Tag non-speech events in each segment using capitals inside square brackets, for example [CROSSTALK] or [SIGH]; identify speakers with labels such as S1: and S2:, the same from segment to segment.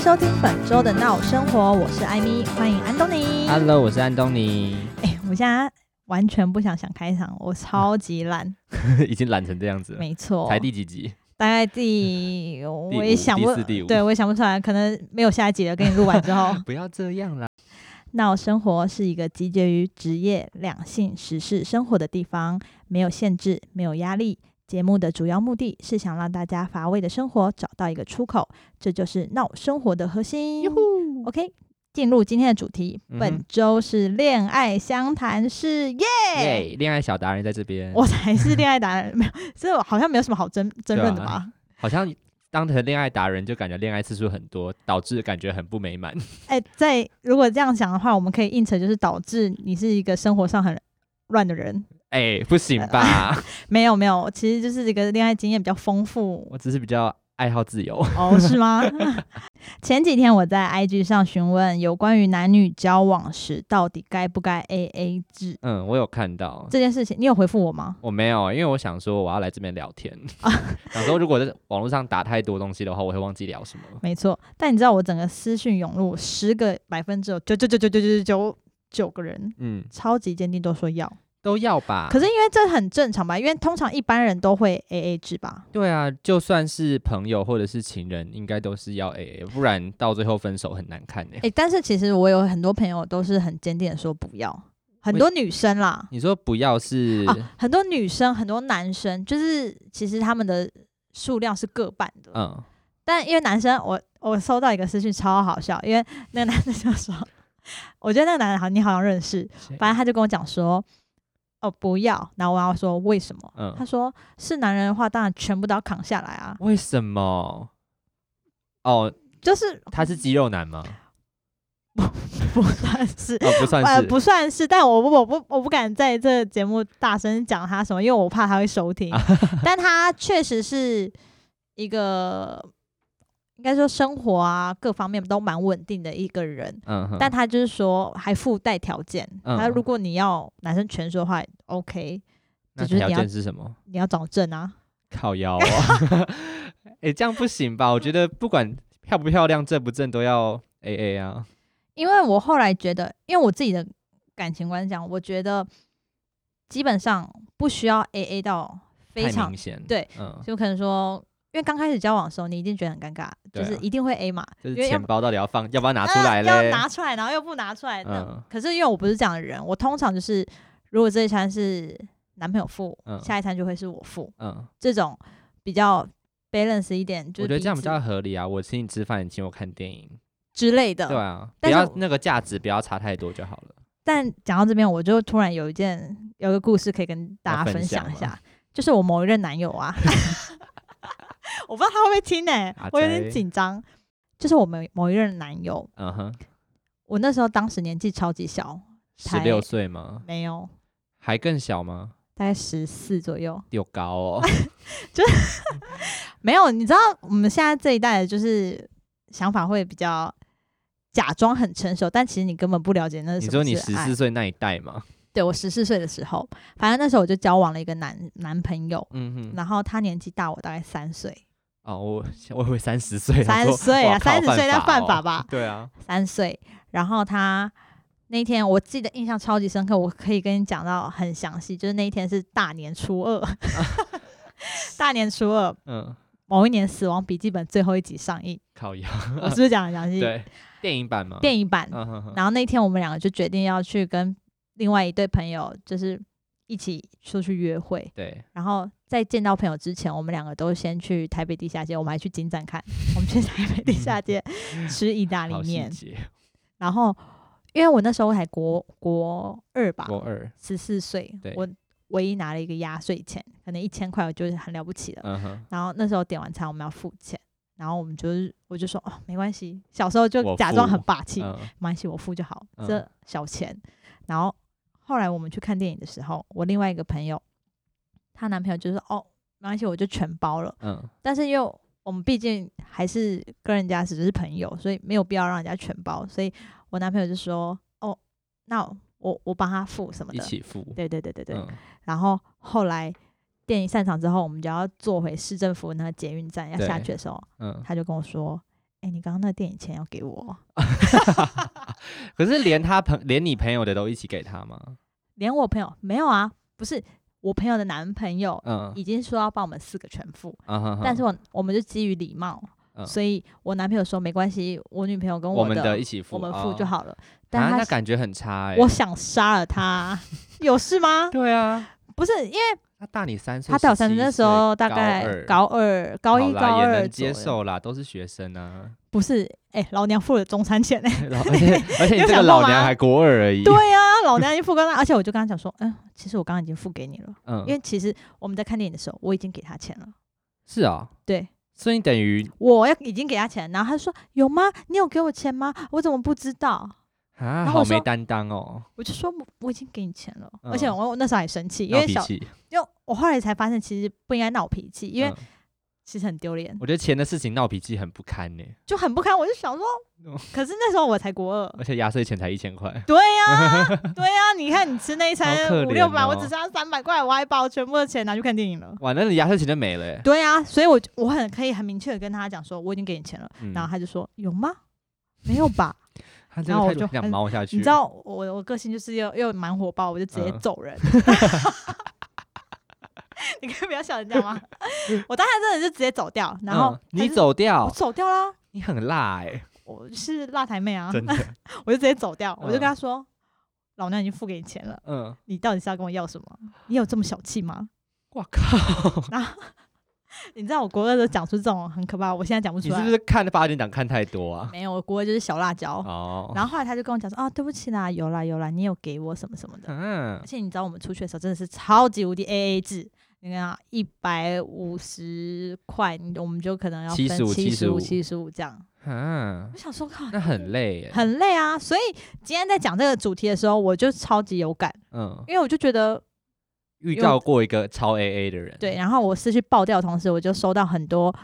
S1: 收听本周的《闹生活》，我是艾米，欢迎安东尼。
S2: Hello，我是安东尼，
S1: 哎、我现在完全不想想开场，我超级懒，
S2: [LAUGHS] 已经懒成这样子了，
S1: 没错，
S2: 才第几 [LAUGHS] 集？
S1: 大概第，我也
S2: 五
S1: 想
S2: 第
S1: 不
S2: 四第，五
S1: 对我也想不出来，可能没有下一集了。跟你录完之后，
S2: 不要这样啦！
S1: 闹生活是一个集结于职业、两性、时事、生活的地方，没有限制，没有压力。节目的主要目的是想让大家乏味的生活找到一个出口，这就是闹生活的核心。OK，进入今天的主题，
S2: 嗯哼
S1: 本周是恋爱相谈室，耶、
S2: 嗯耶，恋爱小达人在这边，
S1: 我才是恋爱达人，没有，这好像没有什么好争争论的
S2: 对啊
S1: 吧？
S2: 好像当成恋爱达人就感觉恋爱次数很多，导致感觉很不美 [LAUGHS] 满。
S1: 哎、在如果这样想的话，我们可以映成就是导致你是一个生活上很乱的人。
S2: 哎，不行吧？
S1: 没有没有，其实就是这个恋爱经验比较丰富
S2: [LAUGHS] 我只是比较爱好自由，
S1: 哦，是吗？ [LAUGHS] 前几天我在 IG 上询问有关于男女交往时到底该不该 AA 制
S2: 嗯，我有看到。
S1: 这件事情，你有回复我吗？
S2: 我没有，因为我想说我要来这边聊天， [LAUGHS] 想说如果在网络上打太多东西的话，我会忘记聊什么。
S1: 没错，但你知道我整个私讯涌入，十个百分之九九九九九九九九九个人，
S2: 嗯，
S1: 超级坚定都说要。
S2: 都要吧。
S1: 可是因为这很正常吧，因为通常一般人都会 A A 制吧。
S2: 对啊，就算是朋友或者是情人，应该都是要 AA，不然到最后分手很难看欸呢、
S1: 诶、但是其实我有很多朋友都是很坚定的说不要，很
S2: 为
S1: 多女生啦，
S2: 你说不要是、
S1: 啊，很多女生，很多男生，就是其实他们的数量是各半的。
S2: 嗯，
S1: 但因为男生，我我收到一个私讯超好笑，因为那个男的就说， [LAUGHS] 我觉得那个男的好，你好像认识，
S2: 嗯哎
S1: 反正他就跟我讲说，哦不要，然后我要说为什么？
S2: 嗯
S1: 他说是男人的话，当然全部都要扛下来啊，
S2: 为什么？哦，
S1: 就是
S2: 他是肌肉男吗？
S1: 不 [LAUGHS] 算是。
S2: 哦，不算
S1: 呃，
S2: 是，
S1: 不算是，但我不我不我不敢在这个节目大声讲他什么，因为我怕他会收听。
S2: 啊
S1: [LAUGHS] 但他确实是一个，应该说生活啊各方面都蛮稳定的一个人。
S2: 嗯哼，
S1: 但他就是说还附带条件，
S2: 嗯
S1: 他如果你要男生全说的话，OK，
S2: 那
S1: 就是你
S2: 条
S1: 要
S2: 件是什么？
S1: 你要找正啊。[LAUGHS]
S2: 靠腰哦， [LAUGHS] 哎、这样不行吧？我觉得不管漂不漂亮、正不正，都要 AA 啊。
S1: 因为我后来觉得，因为我自己的感情观讲，我觉得基本上不需要 AA 到非
S2: 太
S1: 常
S2: 明显，
S1: 对，
S2: 嗯，
S1: 就可能说，因为刚开始交往的时候，你一定觉得很尴尬，就
S2: 对啊
S1: 是一定会 A 嘛，
S2: 就
S1: 因
S2: 是
S1: 为要
S2: 钱包到底要放，要不要拿出
S1: 啊
S2: 来嘞？
S1: 要拿出来，然后又不拿出来。那
S2: 嗯
S1: 可是因为我不是这样的人，我通常就是如果这一餐是男朋友付，
S2: 嗯
S1: 下一餐就会是我付，
S2: 嗯，
S1: 这种比较 balance 一点，就
S2: 我
S1: 是
S2: 觉得这样比
S1: 彼此
S2: 较合理啊。我请你吃饭，你请我看电影，
S1: 之类的。
S2: 对啊，不
S1: 但是
S2: 要
S1: 我
S2: 那个价值不要差太多就好了。
S1: 但讲到这边，我就突然有一件有一个故事可以跟大家
S2: 要分
S1: 分享
S2: 享
S1: 一
S2: 吗
S1: 下，就是我某一任男友
S2: [LAUGHS]
S1: 啊，我不知道他会不会听呢、欸
S2: 阿
S1: 我有点
S2: 宅
S1: 紧张。就是我们某一任男友，
S2: 嗯哼，
S1: 我那时候当时年纪超级小，
S2: 十
S1: 才
S2: 六岁吗？
S1: 没有，
S2: 还更小吗？
S1: 大概十四左右，
S2: 有高哦，
S1: 没有。你知道我们现在这一代的就是想法会比较假装很成熟，但其实你根本不了解那是 [LAUGHS]
S2: 你
S1: 什
S2: 说
S1: 么
S2: 你
S1: 是哎
S2: 十
S1: 爱
S2: 四。岁那一代吗？
S1: 对我十四岁的时候，反正那时候我就交往了一个男男朋友，
S2: 嗯哼，
S1: 然后他年纪大我大概三岁，
S2: 哦，我我以为三十岁，
S1: 三岁啊，三十岁那
S2: 在
S1: 犯法？吧？
S2: 对啊，
S1: 三岁。然后他那天我记得印象超级深刻，我可以跟你讲到很详细，就是那一天是大年初二， [LAUGHS] 大年初二
S2: 嗯，
S1: 某一年《死亡笔记本》最后一集上映，
S2: 靠腰，
S1: 我是不是讲的详细？
S2: 对，电影版吗？影，
S1: 电影版。
S2: 嗯哼哼，
S1: 然后那天我们两个就决定要去跟另外一对朋友，就是一起出去约会。
S2: 对，
S1: 然后在见到朋友之前，我们两个都先去台北地下街，我们还去金站看，我们去台北地下街吃意大利
S2: 好细
S1: 面。
S2: 节，
S1: 然后，因为我那时候才国国二吧，
S2: 国二，
S1: 十四岁
S2: 对，
S1: 我唯一拿了一个压岁钱，可能一千块，我就是很了不起了。
S2: 嗯哼，
S1: 然后那时候点完餐我们要付钱，然后我们就是我就说哦没关系，小时候就
S2: 我
S1: 假装
S2: 付
S1: 很霸气，没
S2: 嗯，
S1: 关系我付就好，
S2: 嗯
S1: 这小钱。然后后来我们去看电影的时候，我另外一个朋友，她男朋友就说哦没关系我就全包了，
S2: 嗯，
S1: 但是因为我们毕竟还是跟人家只是朋友，所以没有必要让人家全包，所以我男朋友就说哦那我我帮他付什么
S2: 一
S1: 的，
S2: 起付，
S1: 对对对对对，
S2: 嗯，
S1: 然后后来电影散场之后，我们就要坐回市政府那个捷运站要下
S2: 对
S1: 去的时候， [LAUGHS]
S2: 嗯，
S1: 他就跟我说：“哎、你刚刚那电影钱要给我，
S2: 可是连他朋连你朋友的都一起给他吗？
S1: 连我朋友没有啊，不是我朋友的男朋友
S2: 嗯，
S1: 已经说要帮我们四个全付，嗯
S2: 啊哈哈
S1: 但是我我们就基于礼貌，
S2: 嗯
S1: 所以我男朋友说没关系，我女朋友跟
S2: 我们
S1: 的
S2: 的一起付，
S1: 我们付就
S2: 好。
S1: 好了。但
S2: 啊，
S1: 他
S2: 那感觉很差哎。
S1: 我想杀了他，有事
S2: [LAUGHS]
S1: 吗？
S2: 对啊，
S1: 不是，因为
S2: 他大你三岁，
S1: 他大我三十，
S2: 17
S1: 那时候
S2: 岁
S1: 大概
S2: 二
S1: 高二、高一、
S2: 好啦
S1: 高
S2: 也
S1: 二
S2: 能接
S1: 左右。
S2: 受啦，都是学生 [LAUGHS] 啊。
S1: 不是，哎、老娘付了中餐
S2: [LAUGHS]
S1: 钱哎、 [LAUGHS]
S2: 然后而且而且你
S1: 有
S2: 这
S1: 想过
S2: 个老
S1: 吗
S2: 娘还国二而已。
S1: 啊对啊，老娘已经付给他，而且我就跟他讲说，嗯，其实我刚刚已经付给你了，
S2: 嗯，
S1: 因为其实我们在看电影的时候，我已经给他钱了，
S2: 是啊，
S1: 对，
S2: 所以等于
S1: 我要已经给他钱，然后他就说有吗？你有给我钱吗？我怎么不知道？
S2: 啊，
S1: 然后
S2: 好
S1: 我
S2: 没
S1: 说
S2: 担当哦，
S1: 我就说我我已经给你钱了，
S2: 嗯
S1: 而且我我那时候还生气，因
S2: 闹
S1: 为
S2: 脾
S1: 小，
S2: 气，
S1: 因为我后来才发现其实不应该闹脾气，因为
S2: 嗯
S1: 其实很丢脸，
S2: 我觉得钱的事情闹脾气很不堪呢，
S1: 就很不堪。我就想说
S2: 哦，
S1: 可是那时候我才国二，
S2: 而且压岁钱才一千块， [LAUGHS]
S1: 对呀、对呀、你看你吃那一餐
S2: 好可
S1: 五
S2: 怜
S1: 六百，我
S2: 哦
S1: 只剩下三百块，我还把我全部的钱拿去看电影了。
S2: 哇，那你压岁钱就没了欸。
S1: 对啊，所以我就我很可以很明确的跟他讲说，我已经给你钱了，
S2: 嗯
S1: 然后他就说有吗？没有
S2: [LAUGHS]
S1: 吧？
S2: 他这
S1: 然后
S2: 个
S1: 我
S2: 态度
S1: 就
S2: 很想
S1: 很
S2: 猫下去，
S1: 你知道我我个性就是又又蛮火爆，我就直接
S2: 嗯
S1: 走
S2: [LAUGHS]
S1: 人。 [LAUGHS] 你可以不要笑人家吗？ [LAUGHS] 我当时真的就直接走掉，然后
S2: 嗯
S1: 他
S2: 你
S1: 就，
S2: 走
S1: 我
S2: 掉，
S1: 走掉啦，
S2: 你很辣哎，
S1: 我是辣台妹啊，
S2: 真的，
S1: [LAUGHS] 我就直接走掉，我就
S2: 嗯
S1: 跟他说，老娘已经付给你钱了，
S2: 嗯，
S1: 你到底是要跟我要什么？你有这么小气吗？
S2: 我靠，
S1: 你知道我国二都讲出这种很可怕，我现在讲不出
S2: 你
S1: 来。
S2: 是不是看八点档看太多啊？
S1: 没有，我国二就是小辣椒。
S2: 哦，
S1: 然后后来他就跟我讲说，啊，对不起啦，有啦有啦，你有给我什么什么的。
S2: 嗯
S1: 而，且你知道我们出去的时候真的是超级无敌 AA 制，你看啊，一百五十块，你我们就可能要分
S2: 75
S1: 七十五、
S2: 75
S1: 七十五这样。
S2: 嗯
S1: 我，想说，靠，
S2: 那很累耶，
S1: 很累啊。所以今天在讲这个主题的时候，我就超级有感，
S2: 嗯，
S1: 因为我就觉得
S2: 遇
S1: 为
S2: 到过一个超 AA 的人，
S1: 对。然后我失去爆掉的同时，我就收到很多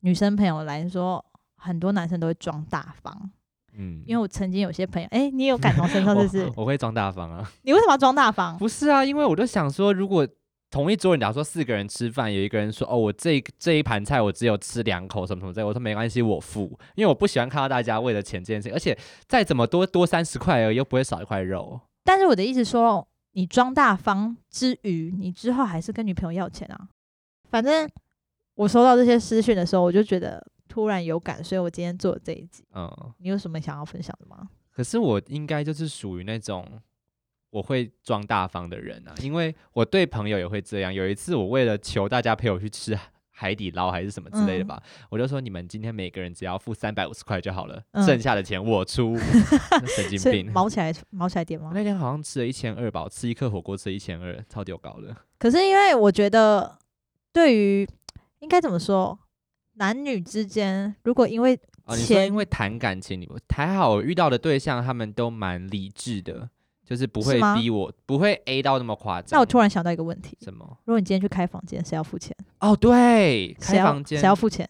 S1: 女生朋友来说，很多男生都会装大方。
S2: 嗯，
S1: 因为我曾经有些朋友，哎、你也有感同身受，是不
S2: [LAUGHS]
S1: 是？
S2: 我会装大方啊。 [LAUGHS]
S1: 你为什么要装大方？
S2: 不是啊，因为我就想说，如果同一桌人，假如说四个人吃饭，有一个人说：“哦，我这一这一盘菜我只有吃两口，什么什么之类。”我说：“没关系，我付，因为我不喜欢看到大家为了钱这件事情，而且再怎么多多三十块而已，又不会少一块肉。
S1: 但是我的意思说，你装大方之余，你之后还是跟女朋友要钱啊。反正我收到这些私讯的时候，我就觉得突然有感，所以我今天做了这一集。”
S2: 嗯，
S1: 你有什么想要分享的吗？
S2: 可是我应该就是属于那种我会装大方的人啊，因为我对朋友也会这样。有一次，我为了求大家陪我去吃海底捞还是什么之类
S1: 嗯
S2: 的吧，我就说：“你们今天每个人只要付三百五十块就好了，
S1: 嗯
S2: 剩下的钱我
S1: [LAUGHS]
S2: 出。”神经
S1: 所以
S2: 病。
S1: 毛起来，毛起来点吗
S2: 我？那天好像吃了一千二吧，我吃一颗火锅吃一千二，超丢高的。
S1: 可是因为我觉得，对于应该怎么说，男女之间如果因为
S2: 啊，你说
S1: 钱
S2: 因为谈感情，你还好我遇到的对象他们都蛮理智的，就是不
S1: 是
S2: 会
S1: 吗
S2: 逼我，不会 A 到那么夸张。
S1: 那我突然想到一个问题：
S2: 什么？
S1: 如果你今天去开房间，谁要付钱？
S2: 哦，对，
S1: 谁
S2: 开
S1: 要
S2: 房间
S1: 谁要付
S2: [LAUGHS]
S1: 钱？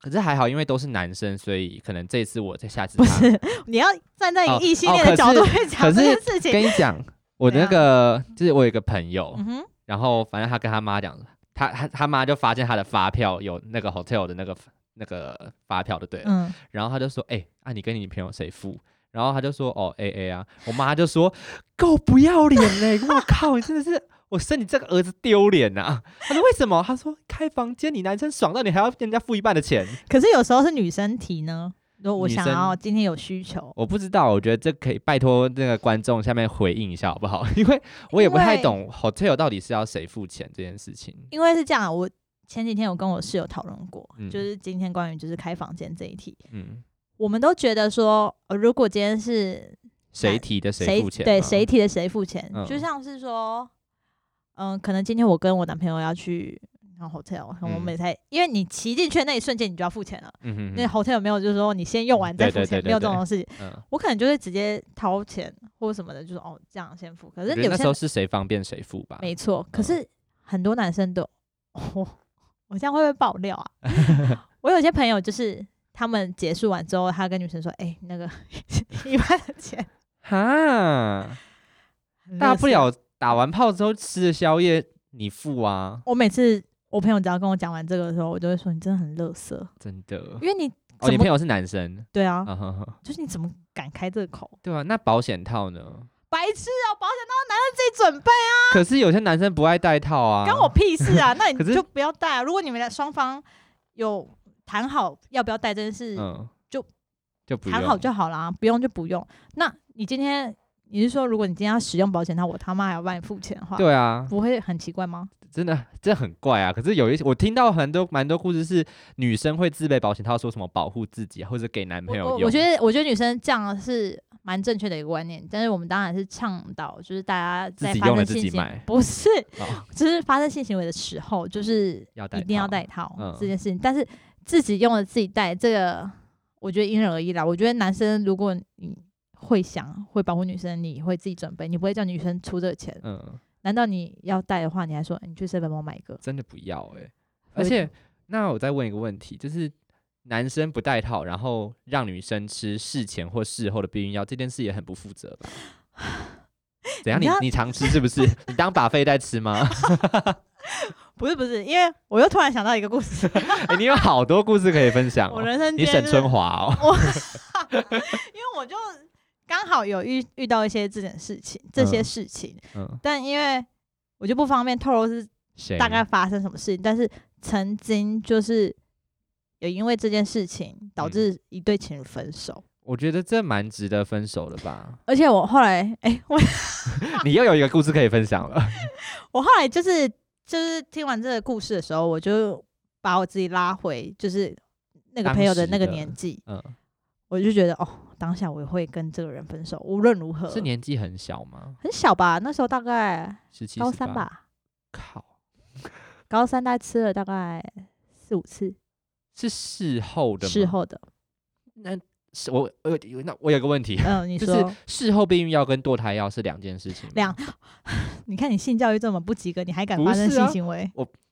S2: 可是还好，因为都是男生，所以可能这次我再下次
S1: 不
S2: 他
S1: 是，你要站在一个
S2: 哦
S1: 异性
S2: 哦
S1: 恋
S2: 可
S1: 的角度
S2: 是
S1: 去讲
S2: 可
S1: 这
S2: 是
S1: 件事情。
S2: 跟你
S1: [LAUGHS]
S2: 讲，我的那
S1: 怎样
S2: 个就是我有一个朋友，
S1: 啊嗯哼。
S2: 然后反正他跟他妈讲，他他他妈就发现他的发票有那个 hotel 的那个那个发票就对了。
S1: 嗯，
S2: 然后他就说：“哎、啊，你跟你女朋友谁付？”然后他就说：“哦，A [LAUGHS] A 啊。”我妈就说：“够不要脸
S1: [LAUGHS]
S2: 嘞、我靠，你真的是我生你这个儿子丢脸呐、他说：“为什么？”他说：“开房间你男生爽到你还要跟人家付一半的钱。
S1: 可是有时候是女生提呢，如果我
S2: 女
S1: 想
S2: 生
S1: 要今天有需求”，
S2: 我不知道，我觉得这可以拜托那个观众下面回应一下好不好？ [LAUGHS] 因为我也不太
S1: 因为
S2: 懂 hotel 到底是要谁付钱这件事情。
S1: 因为是这样，啊我前几天有跟我室友讨论过，
S2: 嗯
S1: 就是今天关于就是开房间这一题，
S2: 嗯，
S1: 我们都觉得说，呃如果今天是
S2: 谁提的
S1: 谁
S2: 付钱？
S1: 对谁？提的谁付钱，
S2: 嗯
S1: 就像是说，嗯、可能今天我跟我男朋友要去。然后 hotel，可能我
S2: 嗯
S1: 们也才，因为你骑进去的那一瞬间你就要付钱了。
S2: 嗯哼
S1: 那
S2: 哼，
S1: hotel 没有，就是说你先用完再
S2: 对
S1: 付
S2: 对
S1: 钱，
S2: 对对
S1: 没有这
S2: 对
S1: 种事情。
S2: 嗯，
S1: 我可能就会直接掏钱或什么的，就是哦这样先付。可
S2: 我
S1: 是有
S2: 觉得
S1: 些
S2: 那时
S1: 男
S2: 候是谁方便谁付吧。
S1: 没错，可
S2: 嗯
S1: 是很多男生都， [LAUGHS] 我我这样会不会爆料啊？
S2: [LAUGHS]
S1: 我有些朋友就是他们结束完之后，他跟女生说：“哎、那个 [LAUGHS] 一半的钱，
S2: 哈，
S1: 很
S2: 大
S1: 垃
S2: 不
S1: 圾
S2: 了打完炮之后吃的宵夜你付啊，
S1: 我每次我朋友只要跟我讲完这个的时候，我就会说：“你真的很乐色，
S2: 真的。
S1: 因为你
S2: 哦，你
S1: 怎么
S2: 朋友是男生
S1: 对啊，
S2: 啊？哈哈
S1: 就是你怎么敢开这个口？
S2: 对啊，那保险套呢？
S1: 白痴啊！保险套男生自己准备，
S2: 可是有些男生不爱戴套啊。
S1: 关我屁事啊！
S2: [LAUGHS]
S1: 那
S2: 可
S1: 你
S2: 是
S1: 就不要戴啊！如果你们俩双方有谈好要不要戴这件事，
S2: 嗯，
S1: 就
S2: 就不
S1: 谈
S2: 用
S1: 好就好啦，不用就不用。那你今天你是说，如果你今天要使用保险套，我他妈还要帮你付钱的话，
S2: 对啊，
S1: 不会很奇怪吗？
S2: 真的这很怪啊。可是有一些我听到很多蛮多故事是女生会自备保险套，说什么保护自己或者给男朋友
S1: 我
S2: 用。
S1: 我我觉得，我觉得女生这样是蛮正确的一个观念，但是我们当然是倡导，就是大家在
S2: 自己
S1: 发
S2: 用
S1: 生
S2: 了自
S1: 性
S2: 己
S1: 行
S2: 买
S1: 不是，
S2: 哦
S1: 就是发生性行为的时候，就是
S2: 要戴
S1: 一定要
S2: 套
S1: 戴套
S2: 嗯
S1: 这件事情。但是自己用了自己戴，这个我觉得因人而异啦。我觉得男生如果你会想会保护女生，你会自己准备，你不会叫女生出这个钱。
S2: 嗯，
S1: 难道你要戴的话，你还说哎你去 seven 帮我买一个？
S2: 真的不要哎、
S1: 会
S2: 而且，那我再问一个问题，就是男生不戴套，然后让女生吃事前或事后的避孕药，这件事也很不负责吧？怎样？
S1: 你
S2: 你
S1: 知道
S2: 你常吃是不 [LAUGHS] 是？你当把费在吃吗？ [LAUGHS]
S1: 不是不是，因为我又突然想到一个故事，
S2: 哎你有好多故事可以分享、
S1: 我
S2: 哦。
S1: 人生
S2: 你
S1: 间
S2: 沈
S1: 就是
S2: 春华哦，
S1: 因为我就刚好有遇遇到一些这件事情，这些
S2: 嗯
S1: 事情，
S2: 嗯，
S1: 但因为我就不方便透露是
S2: 谁？
S1: 大概发生什么事情，但是曾经就是有因为这件事情导
S2: 嗯
S1: 致一对情侣分手，
S2: 我觉得这蛮值得分手的
S1: [LAUGHS]
S2: 吧。
S1: 而且我后来，哎、我
S2: 你又有一个故事可以分享了。
S1: 我后来就是就是听完这个故事的时候，我就把我自己拉回就是那个
S2: 当
S1: 朋友的
S2: 时
S1: 那个
S2: 的
S1: 年纪，
S2: 嗯，
S1: 我就觉得哦，当下我也会跟这个人分手，无论如何，
S2: 是年纪很小吗？
S1: 很小吧，那时候大概
S2: 十七、
S1: 高三
S2: 18？
S1: 吧，
S2: 靠，
S1: 高三大概吃了大概四五次
S2: 是事后的吗？
S1: 事后的，
S2: 那是我我有那我有个问题，
S1: 嗯， [LAUGHS] 你
S2: 就
S1: 说、
S2: 是事后避孕药跟堕胎药是两件事情吗。
S1: 两，你看你性教育这么不及格，你还敢
S2: 不
S1: 发生
S2: 是啊
S1: 性行为？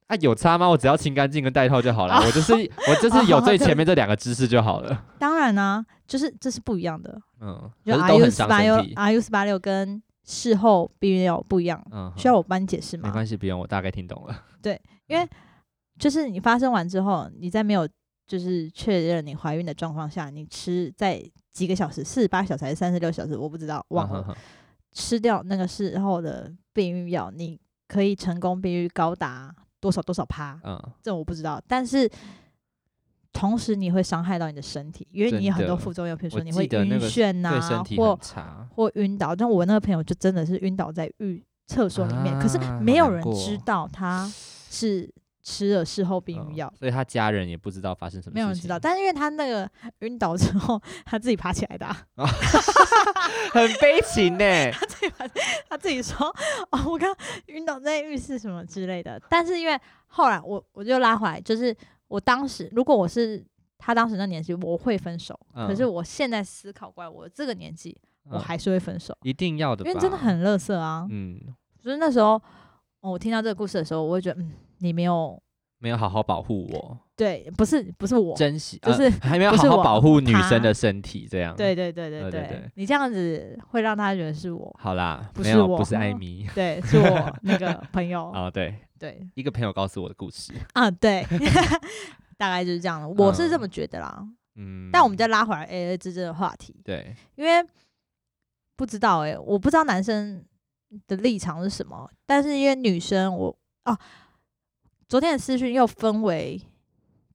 S2: 啊有差吗？我只要清干净跟戴套就好了。
S1: 哦 [LAUGHS]
S2: 我就是我就是有最前面这两个知识就好了。
S1: 当然啊，就是这是不一样的，
S2: 嗯，
S1: 就
S2: 可是
S1: R
S2: 都
S1: U 啊
S2: 很
S1: 四
S2: 伤
S1: 八 U
S2: 身体。
S1: R U 四八六跟事后避孕药不一样，
S2: 嗯，
S1: 需要我帮你解释
S2: 没
S1: 吗？
S2: 关系，不用，我大概听懂了。
S1: 就是你发生完之后，你在没有就是确认你怀孕的状况下，你吃在几个小时，四十八小时还是三十六小时，我不知道，忘了、
S2: 嗯哼哼
S1: 吃掉那个事后的避孕药，你可以成功避孕高达多少多少趴，
S2: 嗯，
S1: 这我不知道，但是。同时，你会伤害到你的身体，因为你有很多
S2: 真的
S1: 副作用，比如
S2: 我
S1: 说你会
S2: 记得那
S1: 晕
S2: 个
S1: 眩呐、
S2: 对身体
S1: 或
S2: 很差。
S1: 或晕倒，但我那个朋友就真的是晕倒在浴厕所里面，可是
S2: 啊
S1: 没
S2: 好
S1: 有
S2: 难
S1: 人
S2: 过
S1: 知道他是吃了事后避
S2: 嗯
S1: 孕药，
S2: 所以他家人也不知道发生什么事情。
S1: 没有人知道。但是因为他那个晕倒之后，他自己爬起来的啊、
S2: 很悲
S1: [LAUGHS]
S2: 情呢。
S1: 他自己爬，他自己说哦，我刚晕倒在浴室什么之类的。但是因为后来我我就拉回来，就是我当时如果我是他当时那年纪，我会分手。可
S2: 嗯
S1: 是我现在思考过来，我这个年纪，我
S2: 嗯
S1: 还是会分手，
S2: 一定要的吧，
S1: 因为真的很乐色啊。
S2: 嗯，
S1: 就是那时候、哦我听到这个故事的时候，我会觉得，嗯，你没有
S2: 没有好好保护我，
S1: 对，不是不是我，
S2: 珍惜，
S1: 就
S2: 呃
S1: 是
S2: 还没有
S1: 不
S2: 好
S1: 是
S2: 好
S1: 我
S2: 保护女
S1: 他
S2: 生的身体，这样。
S1: 对对对对
S2: 对
S1: 对，
S2: 对对
S1: 你这样子会让他觉得是我，
S2: 好啦，
S1: 不
S2: 没
S1: 是
S2: 有
S1: 我嗯哦
S2: 不是艾米
S1: 对，是
S2: [LAUGHS]
S1: 我那个朋友，
S2: 啊、对，
S1: 对
S2: 一个朋友告诉我的故事。
S1: 啊对， [LAUGHS] 大概就是这样了，我是这么觉得啦。
S2: 嗯，
S1: 但我们再拉回来 A A 制这个话题，
S2: 对，
S1: 因为不知道诶、欸我不知道男生的立场是什么，但是因为女生我哦，昨天的私讯又分为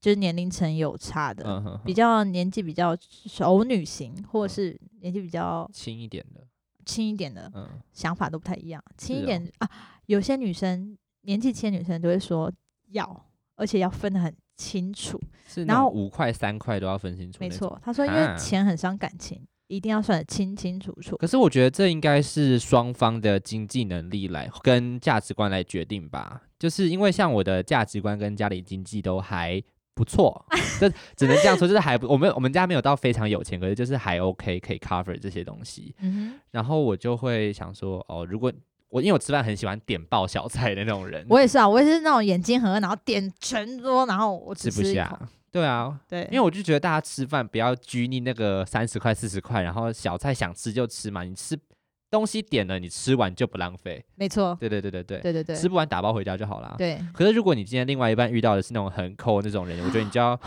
S1: 就是年龄层有差的，
S2: 嗯哼
S1: 呃比
S2: 哼，
S1: 较年纪比较熟女型，或者
S2: 嗯
S1: 是年纪比较
S2: 轻一点的，
S1: 轻一点的，
S2: 嗯，
S1: 想法都不太一样。轻
S2: 是
S1: 一
S2: 哦
S1: 点、啊，有些女生年纪轻的女生就会说要，而且要分得很清楚。
S2: 是
S1: 然
S2: 那
S1: 后
S2: 种五块三块都要分清楚，
S1: 没。错，她说因为
S2: 啊
S1: 钱很伤感情，一定要算得清清楚楚。
S2: 可是我觉得这应该是双方的经济能力来跟价值观来决定吧，就是因为像我的价值观跟家里经济都还
S1: [LAUGHS]
S2: 不错，这只能这样说，就是还不，我们我们家没有到非常有钱，可是就是还 OK 可以 cover 这些东西。
S1: 嗯
S2: 然后我就会想说，哦，如果我因为我吃饭很喜欢点爆小菜的那种人
S1: 哼，，我也是啊，我也是那种眼睛很饿，然后点全桌，然后我
S2: 吃
S1: 只
S2: 不
S1: 一
S2: 下
S1: 口。。
S2: 对啊，
S1: 对，
S2: 因为我就觉得大家吃饭不要拘泥那个三十块、四十块，然后小菜想吃就吃嘛，你吃东西点了，你吃完就不浪费。
S1: 没错，
S2: 对对对对对，
S1: 对对对
S2: 吃不完打包回家就好啦。
S1: 对， [LAUGHS]
S2: 可是如果你今天另外一半遇到的是那种很抠的那种人，我觉得你就要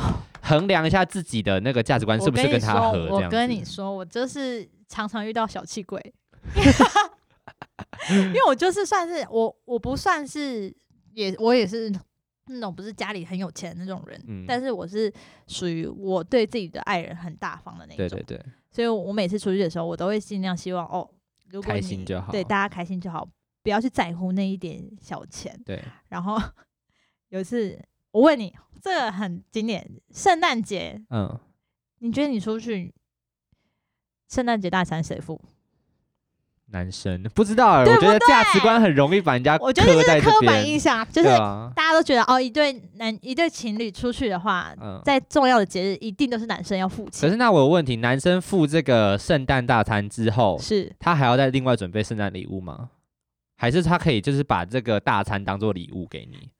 S2: 衡量一下自己的那个价值观
S1: 我
S2: 是不是
S1: 跟你
S2: 他
S1: 说
S2: 合。这
S1: 我
S2: 样
S1: 跟你
S2: 子，
S1: 说，我就是常常遇到小气鬼，
S2: [LAUGHS]
S1: 因为我就是算是我，我不算是也我也是那种不是家里很有钱的那种人，
S2: 嗯
S1: 但是我是属于我对自己的爱人很大方的那一种，
S2: 对对对，
S1: 所以我每次出去的时候，我都会尽量希望哦，如果
S2: 开
S1: 你
S2: 心就好。
S1: 对大家开心就好，不要去在乎那一点小钱。
S2: 对
S1: 然后有一次我问你，这个很经典，圣诞节
S2: 嗯，
S1: 你觉得你出去圣诞节大餐谁付？
S2: 男生不知道欸，
S1: 对
S2: 我
S1: 不
S2: 觉得价值观很容易把人家
S1: 我觉得
S2: 刻
S1: 这
S2: 在
S1: 是刻板
S2: 边
S1: 印，象，就是
S2: 对啊，
S1: 大家都觉得哦，一对男一对情侣出去的话，
S2: 嗯。
S1: 在重要的节日一定都是男生要付
S2: 可
S1: 钱，
S2: 是那我有问题，男生付这个圣诞大餐之后，
S1: 是
S2: 他还要再另外准备圣诞礼物吗？还是他可以就是把这个大餐当做礼物给你，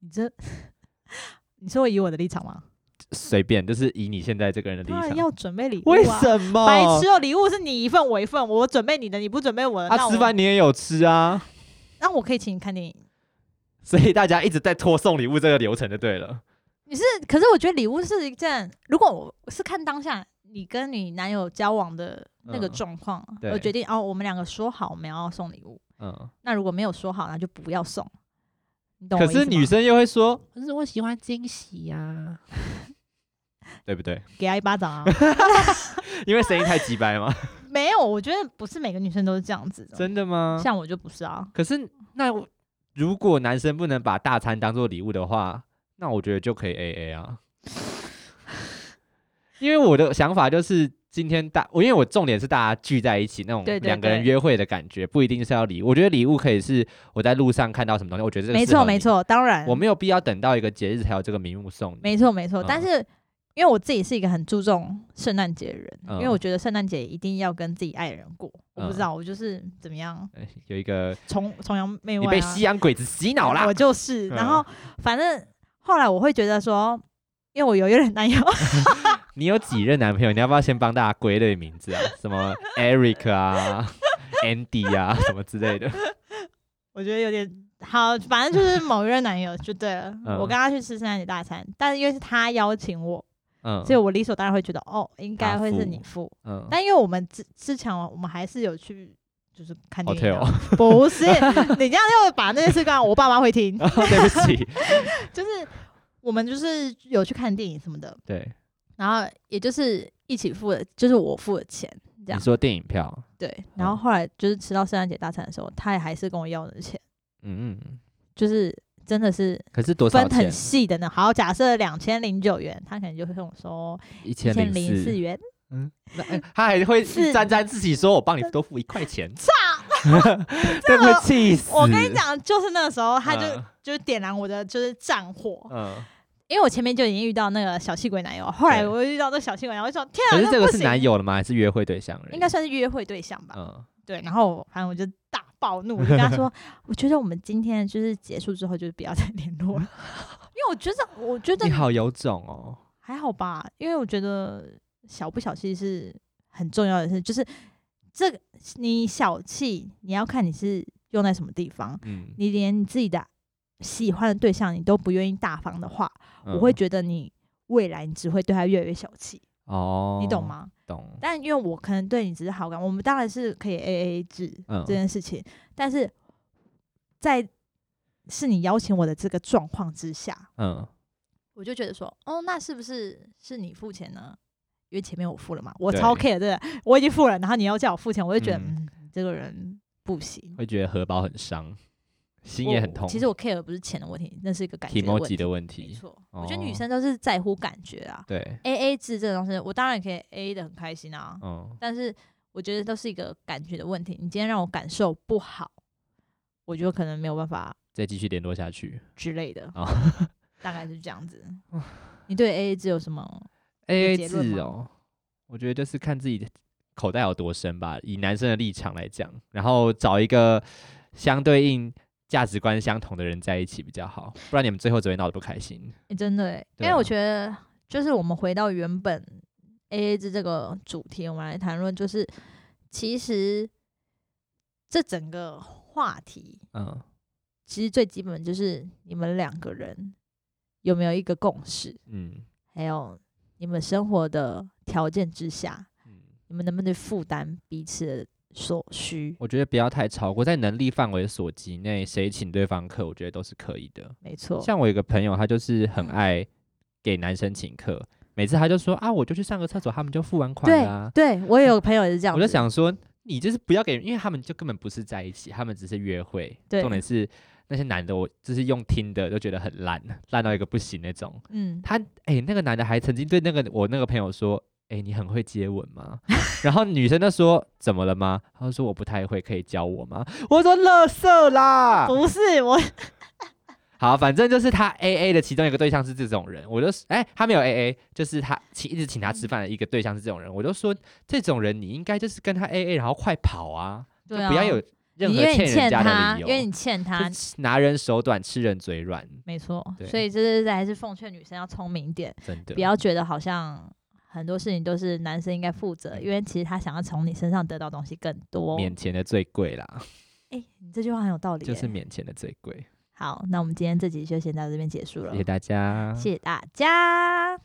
S1: 你这。 [LAUGHS] 你说我以我的立场吗？
S2: 随便，就是以你现在这个人的立
S1: 当然
S2: 场。
S1: 要准备礼物、啊。
S2: 为什么？
S1: 白痴哦，礼物是你一份我一份，我准备你的，你不准备我的，那
S2: 啊，
S1: 我
S2: 吃饭你也有吃啊，
S1: 那我可以请你看电影。
S2: 所以大家一直在拖送礼物这个流程就对了。
S1: 你是，可是我觉得礼物是一件，如果我是看当下你跟你男友交往的那个
S2: 嗯
S1: 状况，
S2: 对
S1: 我决定哦，我们两个说好我们要送礼物，
S2: 嗯，
S1: 那如果没有说好，那就不要送。你懂我
S2: 可
S1: 意思吗？
S2: 是女生又会说，可是我喜欢惊喜啊呀、对不对？
S1: 给她一巴掌啊？ [LAUGHS]
S2: 因为声音太直白嘛，
S1: 没有，我觉得不是每个女生都是这样子的，
S2: 真的吗？
S1: 像我就不是啊。
S2: 可是那我如果男生不能把大餐当做礼物的话，那我觉得就可以 A A 啊。 [LAUGHS] 因为我的想法就是，今天大我因为我重点是大家聚在一起那种
S1: 对对
S2: 两个人
S1: 对
S2: 约会的感觉，不一定是要礼物。我觉得礼物可以是我在路上看到什么东西，我觉得这个
S1: 没
S2: 适合
S1: 错，
S2: 你
S1: 没，错，当然，
S2: 我没有必要等到一个节日才有这个名目送你。
S1: 没错没错，
S2: 嗯
S1: 但是因为我自己是一个很注重圣诞节的人，
S2: 嗯
S1: 因为我觉得圣诞节一定要跟自己爱的人过。我不
S2: 嗯
S1: 知道，我就是怎么样
S2: 哎有一个
S1: 崇崇洋媚外、
S2: 你
S1: 啊，
S2: 被西洋鬼子洗脑啦
S1: 我，就是。
S2: 嗯
S1: 然后反正后来我会觉得说，因为我有一任男友， [LAUGHS]
S2: 你有几任男朋友？你要不要先帮大家归类名字啊？什么 Eric 啊、Andy 啊，什么之类的？
S1: 我觉得有点好，反正
S2: [LAUGHS]
S1: 就是某一任男友就对了。
S2: 嗯
S1: 我跟他去吃圣诞节大餐，但是因为是他邀请我，
S2: 嗯，
S1: 所以我理所当然会觉得哦，应该
S2: 他
S1: 会是
S2: 付
S1: 你付。
S2: 嗯，
S1: 但因为我们之之前我们还是有去。就是看电影的
S2: hotel，
S1: 不
S2: [LAUGHS]
S1: 是，你这样又把那件事干，我爸妈会听。
S2: [LAUGHS] 对不起，
S1: 就是我们就是有去看电影什么的，
S2: 对，
S1: 然后也就是一起付的，就是我付的钱这
S2: 你
S1: 样。
S2: 说哦电影票，
S1: 对，然后后来就是吃到圣诞节大餐的时候，他也还是跟我要我的钱，
S2: 嗯嗯嗯，
S1: 就是真的是
S2: 可是多少
S1: 分
S2: 钱
S1: 很？细的呢。好，假设两千零九元，他可能就会跟我说
S2: 一
S1: 一
S2: 千
S1: 千零四
S2: 四，
S1: 元，
S2: 那哎他还会
S1: 是
S2: 沾沾自喜说：“我帮你多付一
S1: [LAUGHS]
S2: 块钱。” [LAUGHS] 操，这会气死！
S1: 我跟你，讲，就是那个时候，他就、
S2: 嗯
S1: 就是点燃我的就是战火， [LAUGHS]
S2: 嗯，
S1: 因为我前面就已经遇到那个小气鬼男友，后来
S2: 对
S1: 我又遇到这个小气鬼男友，我就说天啊，
S2: 可是这个
S1: 不
S2: 是
S1: 行
S2: 男，友了吗？还是约会对象而已？
S1: 应该算是约会对象吧？
S2: 嗯，
S1: 对，然后反正我就大暴怒，我就跟他
S2: [LAUGHS]
S1: 说，我觉得我们今天就是结束之后就不要再联络了， [LAUGHS] 因为我觉得我觉得
S2: 嗯你好有种哦。
S1: 还好吧，因为我觉得小不小气是很重要的事，就是这个你小气，你要看你是用在什么地方。
S2: 嗯，
S1: 你连你自己的喜欢的对象你都不愿意大方的话，我
S2: 嗯
S1: 会觉得你未来你只会对他越来越小气，
S2: 哦，
S1: 你懂？吗？
S2: 懂。
S1: 但因为我可能对你只是好感，我们当然是可以 A A 制
S2: 嗯
S1: 这件事情，但是在是你邀请我的这个状况之下，
S2: 嗯，
S1: 我就觉得说，哦，那是不是是你付钱呢？因为前面我付了嘛，我
S2: 对
S1: 超 care 这个，我已经付了，然后你要叫我付钱，我就觉得，嗯
S2: 嗯
S1: 你这个人不行。
S2: 会觉得荷包很伤，心
S1: 我
S2: 也很痛。
S1: 其实我 care 的不是钱的问题，那是一个感觉的问
S2: emoji
S1: 题。
S2: 的问
S1: 没
S2: 题，
S1: 错，我觉得女
S2: 哦
S1: 生都是在乎感觉啊。
S2: 对，
S1: A A 制这种东西，我当然也可以 A A 的很开心啊，
S2: 嗯，
S1: 但是我觉得都是一个感觉的问题。你今天让我感受不好，我就可能没有办法
S2: 再继续联络下去。
S1: 之类的，
S2: 哦
S1: 大概是这样子。你对 A A 制有什么？
S2: A A
S1: 结论
S2: 制
S1: 吗
S2: 哦，我觉得就是看自己的口袋有多深吧。以男生的立场来讲，然后找一个相对应价值观相同的人在一起比较好，不然你们最后只会闹得不开心。
S1: 欸、真的、欸，因
S2: 对
S1: 为我
S2: 啊
S1: 觉得就是我们回到原本 A A 制这个主题，我们来谈论，就是其实这整个话题，
S2: 嗯，
S1: 其实最基本就是你们两个人有没有一个共识，
S2: 嗯，
S1: 还有你们生活的条件之下，
S2: 嗯，
S1: 你们能不能负担彼此的所需？
S2: 我觉得不要太超过，在能力范围所及内，谁请对方课，我觉得都是可以的。
S1: 没错，
S2: 像我有一个朋友，他就是很爱给男生请客，每次他就说啊，我就去上个厕所，他们就付完款
S1: 对
S2: 啦、啊。
S1: 对，我也有朋友也是这样
S2: 我就
S1: 子，
S2: 想说，你就是不要给，因为他们就根本不是在一起，他们只是约会。
S1: 对
S2: 重点是那些男的，我就是用听的都觉得很烂，烂到一个不行那种。
S1: 嗯，
S2: 他哎、那个男的还曾经对那个我那个朋友说。哎、你很会接吻吗？然后女生就说：“怎么了吗？”他就说：“我不太会，可以教我吗？”我说：“乐色啦！”
S1: [LAUGHS] 不是我，
S2: 好，反正就是他 A A 的其中一个对象是这种人，我就哎、他没有 A A，就是他请一直请他吃饭的一个对象是这种人，我就说这种人你应该就是跟他 A A，然后快跑啊，
S1: 对啊，
S2: 不要有任
S1: 你
S2: 何
S1: 因为你
S2: 人
S1: 欠
S2: 家
S1: 他，
S2: 的
S1: 因
S2: 理由，
S1: 为你欠他
S2: 就，是拿人手短，吃人嘴软，
S1: 没错，
S2: 对
S1: 所以这是还是奉劝女生要聪明一点，
S2: 真的
S1: 不要觉得好像很多事情都是男生应该负责，因为其实他想要从你身上得到东西更多。
S2: 嗯免钱的最贵啦，
S1: 哎、你这句话很有道理耶。
S2: 就是免钱的最贵，
S1: 好，那我们今天这集就先到这边结束了
S2: 谢谢，大家，
S1: 谢谢大家。